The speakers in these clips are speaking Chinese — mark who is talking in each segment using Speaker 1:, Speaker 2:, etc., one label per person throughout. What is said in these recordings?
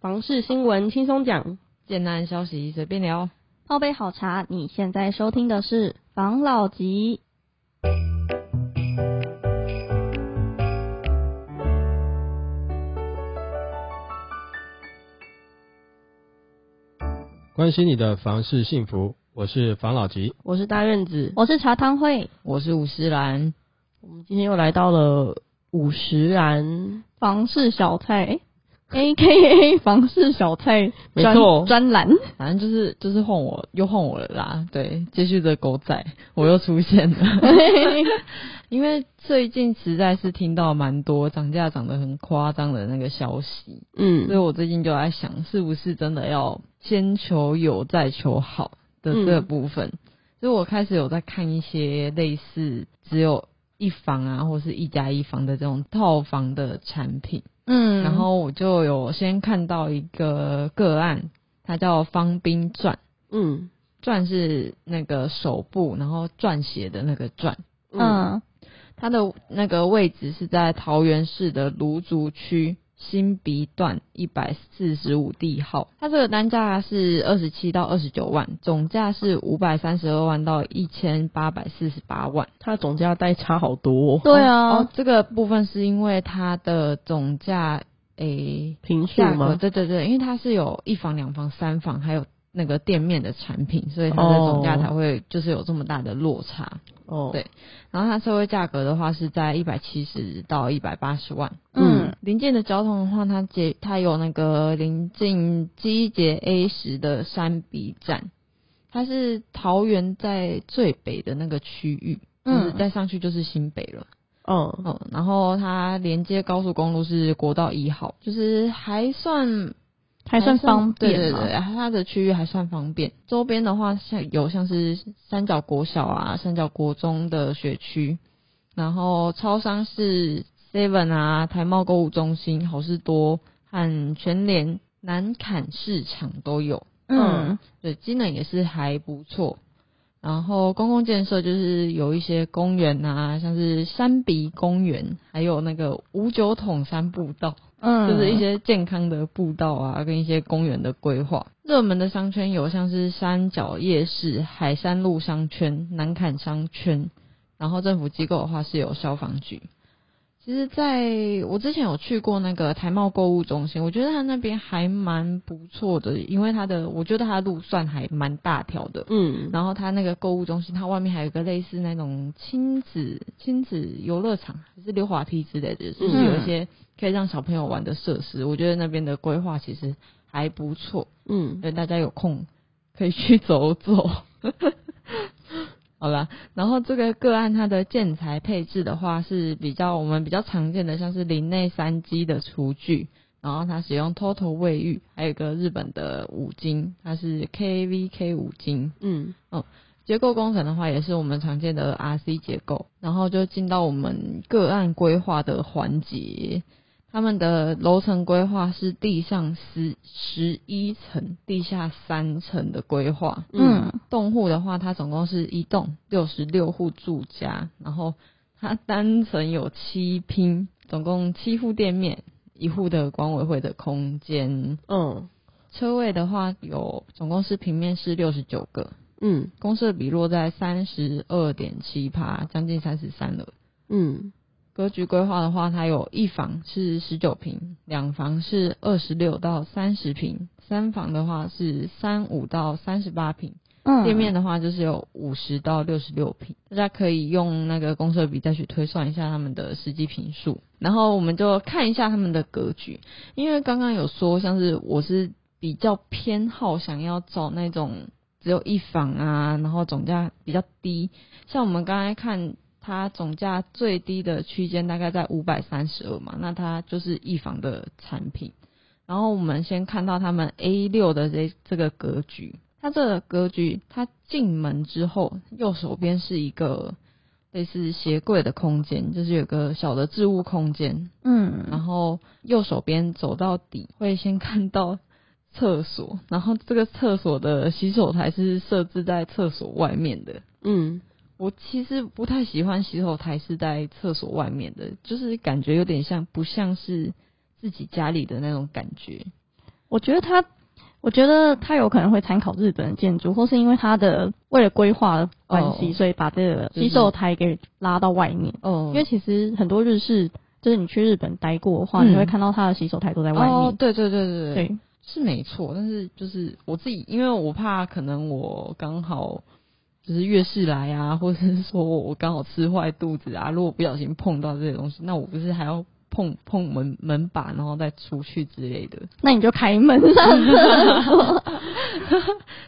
Speaker 1: 房事新闻轻松讲，
Speaker 2: 简单消息随便聊。
Speaker 3: 泡杯好茶，你现在收听的是防老集。
Speaker 4: 关心你的房事幸福，我是房老吉。
Speaker 1: 我是大院子。
Speaker 3: 我是茶汤会
Speaker 2: 我是吴诗兰，
Speaker 1: 我们今天又来到了五十 然，
Speaker 3: 房事小菜，A K A 房事小菜
Speaker 1: 没
Speaker 3: 专
Speaker 1: 错
Speaker 3: 专栏。
Speaker 2: 反正就是就是换我又换我了啦，对，继续的狗仔我又出现了， 因为最近实在是听到蛮多涨价涨得很夸张的那个消息，所以
Speaker 1: 嗯，
Speaker 2: 我最近就在想，是不是真的要先求有再求好的这个部分？所以我开始有在看一些类似只有一房啊，或是一加一房的这种套房的产品。
Speaker 3: 嗯
Speaker 2: 然后我就有先看到一个个案，它叫方冰钻，
Speaker 1: 嗯
Speaker 2: 钻是那个手部，然后撰写的那个钻。
Speaker 1: 嗯
Speaker 3: 嗯
Speaker 2: 它的那个位置是在桃园市的芦竹区新鼻段一百四十五地号。它这个单价是二十七到二十九万，总价是五百三十二万到一千八百四十八万。
Speaker 1: 它总价带差好多、哦，
Speaker 3: 对
Speaker 2: 哦
Speaker 3: 啊，，
Speaker 2: 这个部分是因为它的总价诶
Speaker 1: 平数
Speaker 2: 价格，
Speaker 1: 吗？
Speaker 2: 对对对，因为它是有一房、两房、三房，还有。那个店面的产品，所以它的总价
Speaker 1: 哦
Speaker 2: 才会就是有这么大的落差。
Speaker 1: 哦，
Speaker 2: 对然后它社会价格的话是在一百七十到一百八十万。
Speaker 3: 嗯
Speaker 2: 临近的交通的话，它接它有那个临近基捷 A 十的山鼻站，它是桃园在最北的那个区域，嗯，
Speaker 3: 嗯
Speaker 2: 再上去就是新北了。
Speaker 1: 嗯
Speaker 2: 嗯，然后它连接高速公路是国道一号，就是还算
Speaker 3: 还算方便啊
Speaker 2: 对对
Speaker 3: 嘛
Speaker 2: 对，它的区域还算方便。周边的话，像有像是三角国小啊、三角国中的学区，然后超商是 Seven 啊、台贸购物中心、好事多和全联、南坎市场都有。
Speaker 1: 哦
Speaker 3: 嗯
Speaker 2: 对，机能也是还不错。然后公共建设就是有一些公园啊，像是山鼻公园，还有那个五九桶山步道。
Speaker 3: 嗯，
Speaker 2: 就是一些健康的步道啊，跟一些公园的规划。热门的商圈有像是山脚夜市、海山路商圈、南坎商圈，然后政府机构的话是有消防局。其实在我之前有去过那个台贸购物中心，我觉得它那边还蛮不错的，因为它的我觉得它的路算还蛮大条的。
Speaker 1: 嗯
Speaker 2: 然后它那个购物中心，它外面还有一个类似那种亲子亲子游乐场，还是溜滑梯之类的，就是有一些可以让小朋友玩的设施。我觉得那边的规划其实还不错，
Speaker 1: 嗯
Speaker 2: 所以大家有空可以去走走。 好啦，然后这个个案它的建材配置的话是比较我们比较常见的，像是林内三基的厨具，然后它使用 TOTO 卫浴，还有一个日本的五金，它是 KVK 五金，
Speaker 1: 嗯
Speaker 2: 结构工程的话，也是我们常见的 RC 结构，然后就进到我们个案规划的环节。他们的楼层规划是地上十十一层、地下三层的规划。
Speaker 1: 嗯
Speaker 3: 嗯
Speaker 2: 栋户的话，它总共是一栋六十六户住家，然后它单层有七拼，总共七户店面，一户的管委会的空间。
Speaker 1: 嗯
Speaker 2: 车位的话有，总共是平面是六十九个，
Speaker 1: 嗯
Speaker 2: 公社比落在三十二点七趴，将近三十三了。
Speaker 1: 嗯
Speaker 2: 格局规划的话，它有一房是十九平，两房是二十六到三十平，三房的话是三五到三十八平，
Speaker 3: 嗯
Speaker 2: 店面的话就是有五十到六十六平。大家可以用那个公社比再去推算一下他们的实际平数，然后我们就看一下他们的格局，因为刚刚有说像是我是比较偏好想要找那种只有一房啊，然后总价比较低。像我们刚才看，它总价最低的区间大概在五百三十二嘛，那它就是一房的产品。然后我们先看到他们 A 六的这这个格局，它这个格局，它进门之后右手边是一个类似鞋柜的空间，就是有个小的置物空间，然
Speaker 3: 嗯
Speaker 2: 后右手边走到底会先看到厕所，然后这个厕所的洗手台是设置在厕所外面的。
Speaker 1: 嗯
Speaker 2: 我其实不太喜欢洗手台是在厕所外面的，就是感觉有点像不像是自己家里的那种感觉。
Speaker 3: 我觉得它，我觉得它有可能会参考日本的建筑，或是因为它的为了规划的关系，
Speaker 2: 哦
Speaker 3: 所以把这个
Speaker 2: 就是
Speaker 3: 洗手台给拉到外面。
Speaker 2: 哦，
Speaker 3: 因为其实很多日式，就是你去日本待过的话，
Speaker 2: 嗯
Speaker 3: 你会看到它的洗手台都在外面。
Speaker 2: 哦，对对对对
Speaker 3: 对，
Speaker 2: 是没错，但是就是我自己，因为我怕可能我刚好就是月事来啊，或者是说我刚好吃坏肚子啊，如果不小心碰到这些东西，那我不是还要碰碰门门把，然后再出去之类的，
Speaker 3: 那你就开门上
Speaker 2: 嗯
Speaker 3: 厕所。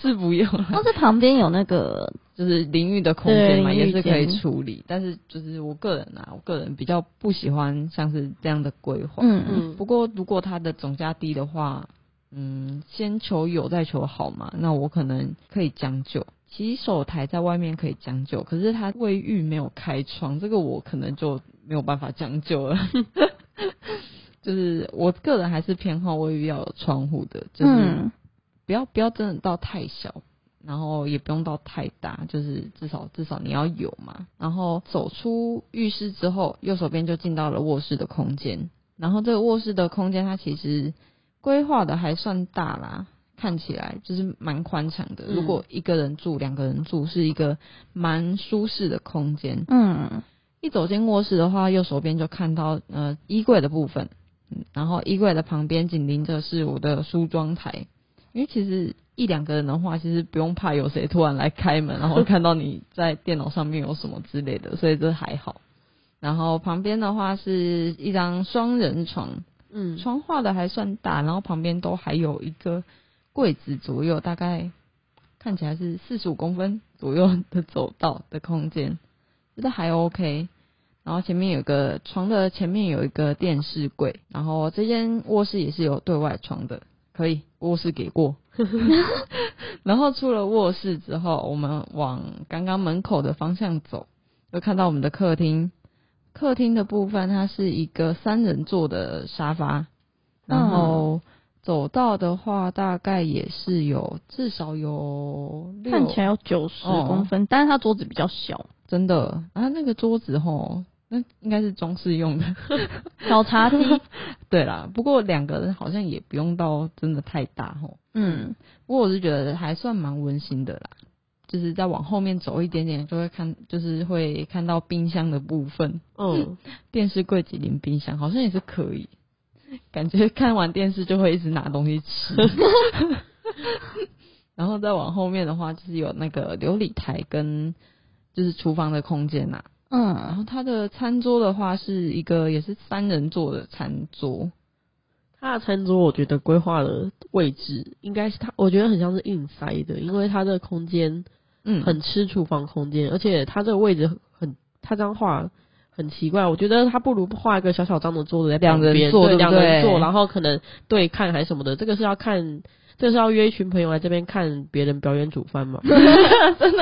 Speaker 2: 是不用 啦
Speaker 3: 但是哦旁边有那个，
Speaker 2: 就是淋浴的空间嘛，
Speaker 3: 对淋
Speaker 2: 也
Speaker 3: 浴
Speaker 2: 是
Speaker 3: 间
Speaker 2: 可以处理，但是就是我个人啊，我个人比较不喜欢像是这样的规划。
Speaker 3: 嗯嗯，
Speaker 1: 嗯，
Speaker 2: 不过如果它的总价低的话，嗯，先求有再求好嘛，那我可能可以将就。洗手台在外面可以将就，可是它卫浴没有开窗，这个我可能就没有办法将就了。就是我个人还是偏好卫浴要有窗户的，就是
Speaker 3: 嗯
Speaker 2: 不要不要真的到太小，然后也不用到太大，就是至少至少你要有嘛。然后走出浴室之后，右手边就进到了卧室的空间，然后这个卧室的空间它其实规划的还算大啦。看起来就是蛮宽敞的，
Speaker 1: 嗯
Speaker 2: 如果一个人住、两个人住是一个蛮舒适的空间。
Speaker 3: 嗯
Speaker 2: 一走进卧室的话，右手边就看到呃衣柜的部分，嗯，然后衣柜的旁边紧邻着是我的梳妆台，因为其实一两个人的话，其实不用怕有谁突然来开门，然后看到你在电脑上面有什么之类的，所以这还好。然后旁边的话是一张双人床，
Speaker 1: 嗯，
Speaker 2: 窗画的还算大，然后旁边都还有一个柜子左右，大概看起来是四十五公分左右的走道的空间，觉得还 OK。然后前面有个床的前面有一个电视柜，然后这间卧室也是有对外窗的，可以卧室给过。然后出了卧室之后，我们往刚刚门口的方向走，就看到我们的客厅。客厅的部分，它是一个三人座的沙发，然后走道的话，大概也是有至少有六
Speaker 3: 看起来有九十
Speaker 2: 哦
Speaker 3: 公分，但是它桌子比较小，
Speaker 2: 真的啊，那个桌子吼，那应该是装饰用的。
Speaker 3: 小茶几。
Speaker 2: 对啦，不过两个人好像也不用到真的太大吼。
Speaker 3: 嗯
Speaker 2: 不过我是觉得还算蛮温馨的啦，就是再往后面走一点点，就会看，就是会看到冰箱的部分，
Speaker 1: 嗯，
Speaker 2: 电视柜紧邻冰箱，好像也是可以。感觉看完电视就会一直拿东西吃。 然后再往后面的话，就是有那个琉璃台跟就是厨房的空间呐、然
Speaker 3: 嗯，
Speaker 2: 后它的餐桌的话是一个也是三人座的餐桌，
Speaker 1: 他的餐桌我觉得规划的位置应该是他，我觉得很像是硬塞的，因为他的空间
Speaker 2: 嗯，
Speaker 1: 很吃厨房空间，而且他这个位置很，他这样画很奇怪，我觉得他不如画一个小小张的桌子在旁边
Speaker 2: 两人坐
Speaker 1: 对
Speaker 2: 对不
Speaker 1: 两
Speaker 2: 对
Speaker 1: 人坐，然后可能对看还是什么的，这个是要看。这个是要约一群朋友来这边看别人表演煮饭 嘛？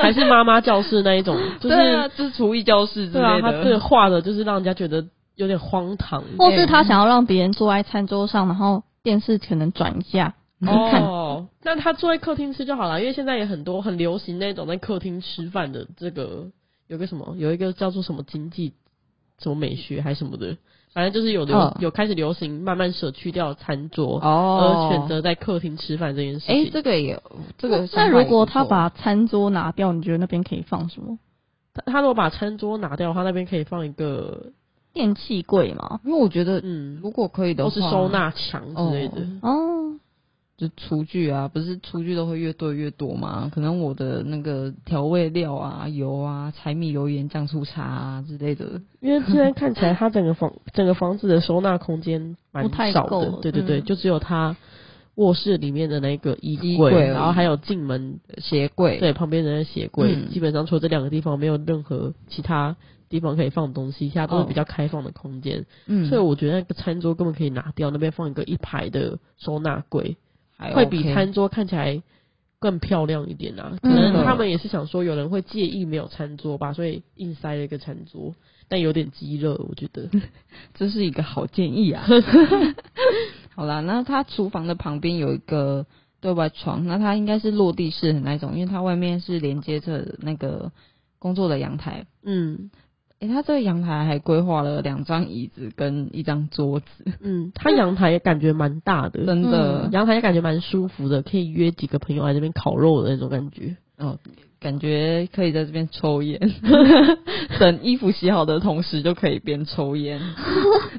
Speaker 1: 还是妈妈教室那一种？就是
Speaker 2: 对啊，就是厨艺教室之
Speaker 1: 对啊，
Speaker 2: 类
Speaker 1: 他
Speaker 2: 的，
Speaker 1: 这个画的就是让人家觉得有点荒唐。
Speaker 3: 或是他想要让别人坐在餐桌上，然后电视可能转一下，
Speaker 2: 嗯
Speaker 3: 然后看
Speaker 1: 哦， 那他坐在客厅吃就好了，因为现在也很多很流行那种在客厅吃饭的这个，有个什么，有一个叫做什么经济什么美学还是什么的，反正就是有流、
Speaker 2: 嗯
Speaker 1: 有开始流行，慢慢舍去掉餐桌，
Speaker 2: 哦
Speaker 1: 而选择在客厅吃饭这件事
Speaker 2: 哎、
Speaker 1: 情。
Speaker 2: 这个也这个
Speaker 3: 那
Speaker 2: 想法也不错。
Speaker 3: 如果他把餐桌拿掉，你觉得那边可以放什么？
Speaker 1: 他他如果把餐桌拿掉的话，那边可以放一个
Speaker 3: 电器柜嘛？
Speaker 2: 因为我觉得
Speaker 1: 嗯，
Speaker 2: 如果可以的
Speaker 1: 都
Speaker 2: 话，
Speaker 1: 是收纳墙之类的。
Speaker 2: 哦
Speaker 3: 哦，
Speaker 2: 就厨具啊，不是厨具都会越堆越多嘛？可能我的那个调味料啊、油啊、柴米油盐酱醋茶啊之类的，
Speaker 1: 因为现在看起来，他整个房整个房子的收纳空间蛮
Speaker 3: 不太
Speaker 1: 少
Speaker 3: 够
Speaker 1: 的
Speaker 3: 了，
Speaker 1: 对对对，
Speaker 3: 嗯
Speaker 1: 就只有他卧室里面的那个衣
Speaker 2: 衣柜而已
Speaker 1: 然后还有进门
Speaker 2: 呃鞋柜，
Speaker 1: 对旁边的那个鞋柜，
Speaker 2: 嗯
Speaker 1: 基本上除了这两个地方，没有任何其他地方可以放东西，其他都
Speaker 2: 哦
Speaker 1: 是比较开放的空间，
Speaker 2: 嗯，
Speaker 1: 所以我觉得那个餐桌根本可以拿掉，那边放一个一排的收纳柜，
Speaker 2: 还
Speaker 1: 会比
Speaker 2: OK
Speaker 1: 餐桌看起来。更漂亮一点啊，可
Speaker 3: 嗯
Speaker 1: 能他们也是想说有人会介意没有餐桌吧，所以硬塞了一个餐桌，但有点鸡肋，我觉 得。
Speaker 2: 这是一个好建议啊。 好啦，那它厨房的旁边有一个对外窗，那它应该是落地式的那一种，因为它外面是连接着那个工作的阳台。
Speaker 1: 嗯，
Speaker 2: 诶、他这个阳台还规划了两张椅子跟一张桌子，
Speaker 1: 嗯，它阳台也感觉蛮大的，
Speaker 2: 真的、
Speaker 1: 阳台也感觉蛮舒服的，可以约几个朋友来这边烤肉的那种感觉。
Speaker 2: 感觉可以在这边 抽烟，等衣服洗好的同时就可以边抽 烟，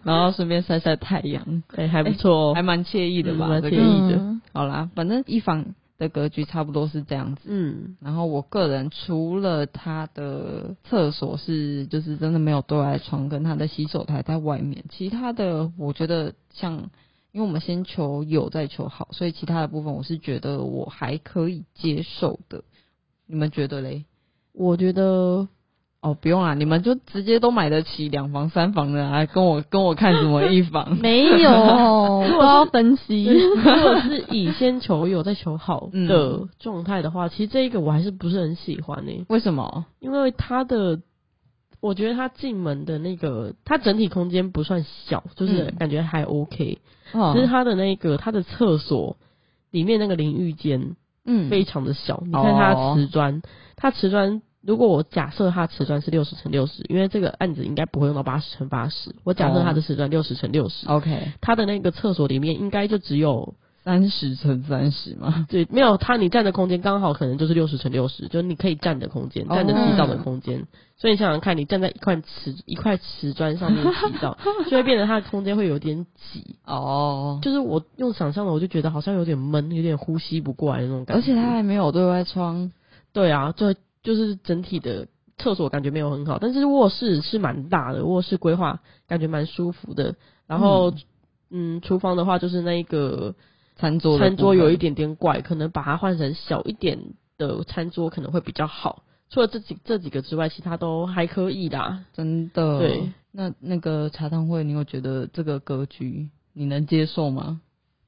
Speaker 2: 然后顺便晒晒太阳，
Speaker 1: 对，还不错哦、
Speaker 2: 哎还蛮惬意的吧？
Speaker 1: 嗯蛮
Speaker 2: 这
Speaker 1: 惬
Speaker 2: 个
Speaker 1: 意的
Speaker 3: 嗯？
Speaker 2: 好啦，反正一房的格局差不多是这样子。
Speaker 1: 嗯，
Speaker 2: 然后我个人除了它的厕所是就是真的没有对外窗，跟它的洗手台在外面，其他的我觉得像，因为我们先求有再求好，所以其他的部分我是觉得我还可以接受的。你们觉得嘞？
Speaker 1: 我觉得
Speaker 2: 哦，不用啦，你们就直接都买得起两房三房的啊，跟我跟我看什么一 房
Speaker 3: 没有，都要分析。
Speaker 1: 如果是以先求有再求好的
Speaker 2: 嗯
Speaker 1: 状态的话，其实这一个我还是不是很喜欢欸呢、
Speaker 2: 为什么？
Speaker 1: 因为它的，我觉得它进门的那个，它整体空间不算小，就是
Speaker 2: 嗯
Speaker 1: 感觉还 OK，、
Speaker 2: 哦
Speaker 1: 只是它的那个它的厕所里面那个淋浴间
Speaker 2: 嗯
Speaker 1: 非常的小，你看它的
Speaker 2: 哦
Speaker 1: 瓷砖，它瓷砖。如果我假设它瓷砖是六十乘六十，因为这个案子应该不会用到八十乘八十，我假设它
Speaker 2: 哦
Speaker 1: 的瓷砖六十乘六十，
Speaker 2: OK，
Speaker 1: 它的那个厕所里面应该就只有
Speaker 2: 三十乘三十嘛，
Speaker 1: 对，没有它，你站的空间刚好可能就是六十乘六十，就是你可以站的空间，
Speaker 2: 哦
Speaker 1: 站着洗澡的空间。所以你想想看，你站在一块瓷一块瓷砖上面洗 澡，就会变得它的空间会有点挤。
Speaker 2: 哦，
Speaker 1: 就是我用想象的，我就觉得好像有点闷，有点呼吸不过来的那种感
Speaker 2: 而
Speaker 1: 觉。
Speaker 2: 且它还没有对外窗，
Speaker 1: 对啊，就就是整体的厕所感觉没有很好，但是卧室是蛮大的，卧室规划感觉蛮舒服的。然后，嗯，厨房的话就是那一个
Speaker 2: 餐桌的
Speaker 1: 餐桌
Speaker 2: 部分
Speaker 1: 有一点点怪，可能把它换成小一点的餐桌可能会比较好。除了这几这几个之外，其他都还可以啦。
Speaker 2: 真的
Speaker 1: 对。
Speaker 2: 那那个茶汤会，你有觉得这个格局你能接受吗？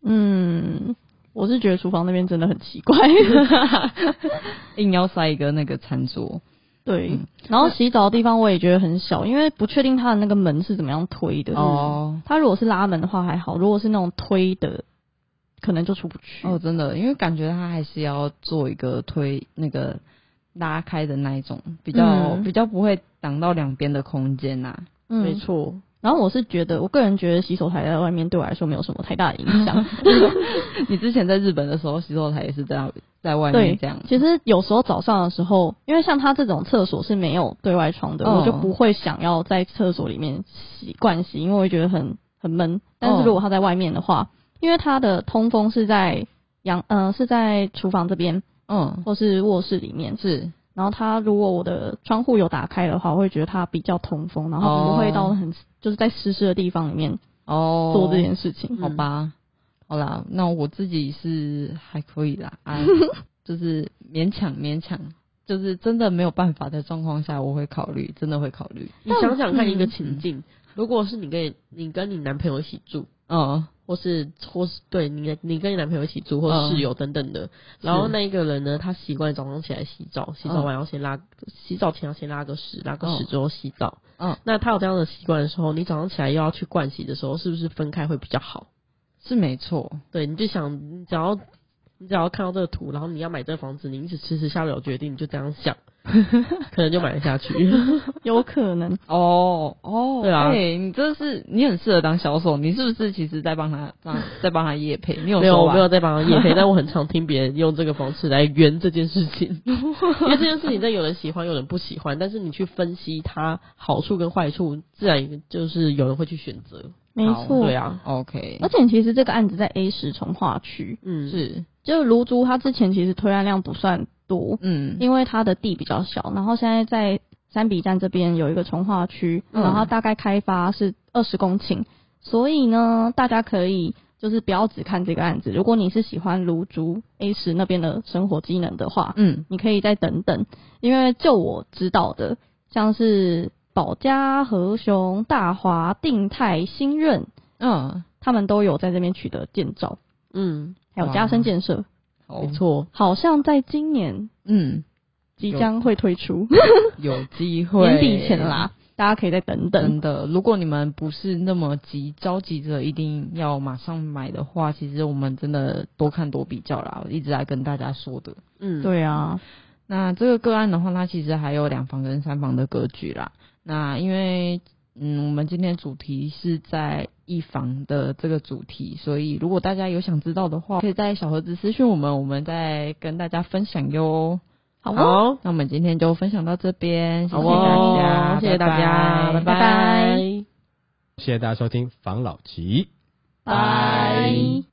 Speaker 3: 嗯，我是觉得厨房那边真的很奇怪。
Speaker 2: 硬要塞一个那个餐桌，
Speaker 3: 对
Speaker 2: 嗯，
Speaker 3: 然后洗澡的地方我也觉得很小，因为不确定它的那个门是怎么样推的。哦，
Speaker 2: 哦
Speaker 3: 它如果是拉门的话还好，如果是那种推的，可能就出不去。
Speaker 1: 嗯
Speaker 2: 哦，真的，因为感觉它还是要做一个推那个拉开的那一种，比较、
Speaker 3: 嗯
Speaker 2: 比较不会挡到两边的空间呐、啊
Speaker 3: 嗯
Speaker 1: 没。错，
Speaker 3: 然后我是觉得，我个人觉得洗手台在外面对我来说没有什么太大的影 响。
Speaker 2: 你之前在日本的时候，洗手台也是在在外
Speaker 3: 对
Speaker 2: 面这样，
Speaker 3: 其实有时候早上的时候，因为像他这种厕所是没有对外窗的，
Speaker 2: 哦
Speaker 3: 我就不会想要在厕所里面洗盥洗，因为我会觉得很很闷。但
Speaker 2: 嗯
Speaker 3: 是如果他在外面的话，因为他的通风是在阳呃是在厨房这边
Speaker 2: 嗯，
Speaker 3: 或是卧室里面，
Speaker 2: 是
Speaker 3: 然后他如果我的窗户有打开的话，我会觉得它比较通风，然后不会到很、就是在湿湿的地方里面
Speaker 2: 哦，
Speaker 3: 做这件事情。
Speaker 2: 好吧，好啦，那我自己是还可以啦， 啊，就是勉强勉强，就是真的没有办法的状况下，我会考虑，真的会考虑。
Speaker 1: 你想想看一个情境，如果是你跟你跟你男朋友一起住，
Speaker 2: 嗯，
Speaker 1: 或是或是对你你跟你男朋友一起住，或
Speaker 2: 嗯
Speaker 1: 室友等等的，然后那一个人呢，他习惯早上起来洗澡，洗澡完要先拉，洗澡前要先拉个屎，拉个屎
Speaker 2: 嗯
Speaker 1: 之后洗澡。
Speaker 2: 嗯，
Speaker 1: 那他有这样的习惯的时候，你早上起来又要去盥洗的时候，是不是分开会比较好？
Speaker 2: 是没错，
Speaker 1: 对，你就想，你只要你只要看到这个图，然后你要买这个房子，你一直迟迟下不了决定，你就这样 想，可能就买得下去。
Speaker 3: 有可能，
Speaker 2: 哦哦，
Speaker 1: 对啊
Speaker 2: 哎你这是你很适合当销售，你是不是其实在帮他帮在帮他业配？你有
Speaker 1: 没有，
Speaker 2: 说
Speaker 1: 我
Speaker 2: 吧
Speaker 1: 没有在帮他业配，但我很常听别人用这个方式来圆这件事 情，因为这件事情，但有人喜欢，有人不喜欢，但是你去分析它好处跟坏处，自然就是有人会去选择。
Speaker 3: 没
Speaker 2: 好
Speaker 3: 错。
Speaker 1: 对啊，
Speaker 2: OK，
Speaker 3: 而且其实这个案子在 A 十从化区，
Speaker 1: 嗯，
Speaker 2: 是
Speaker 3: 就是卢竹它之前其实推案量不算多，
Speaker 2: 嗯
Speaker 3: 因为它的地比较小，然后现在在三笔站这边有一个从化区，
Speaker 2: 嗯
Speaker 3: 然后大概开发是二十公顷，所以呢，大家可以就是不要只看这个案子，如果你是喜欢卢竹 A 十那边的生活机能的话，
Speaker 2: 嗯
Speaker 3: 你可以再等等，因为就我知道的，像是保家、和雄、大华、定泰、新任，
Speaker 2: 嗯，
Speaker 3: 他们都有在这边取得建造，
Speaker 1: 嗯，
Speaker 3: 还有加深建设，
Speaker 2: 好
Speaker 1: 没，错，
Speaker 3: 好像在今年
Speaker 2: 嗯，
Speaker 3: 即将会推出，
Speaker 2: 有机会
Speaker 3: 年底前啦，大家可以再等等。
Speaker 2: 真的，如果你们不是那么急着急着一定要马上买的话，其实我们真的多看多比较啦，我一直在跟大家说的。
Speaker 1: 嗯，，
Speaker 3: 对啊，
Speaker 2: 那这个个案的话，它其实还有两房跟三房的格局啦。那因为嗯，我们今天主题是在一房的这个主题，所以如果大家有想知道的话，可以在小盒子私讯我们，我们再跟大家分享哟。
Speaker 3: 好哦，
Speaker 1: 好，
Speaker 2: 那我们今天就分享到这边，谢
Speaker 1: 好
Speaker 2: 谢
Speaker 1: 哦
Speaker 2: 大家，
Speaker 1: 谢谢大家，
Speaker 2: 拜
Speaker 1: 拜
Speaker 3: 拜
Speaker 1: 拜
Speaker 4: 谢谢大家收听房老吉。
Speaker 3: 拜。
Speaker 4: 拜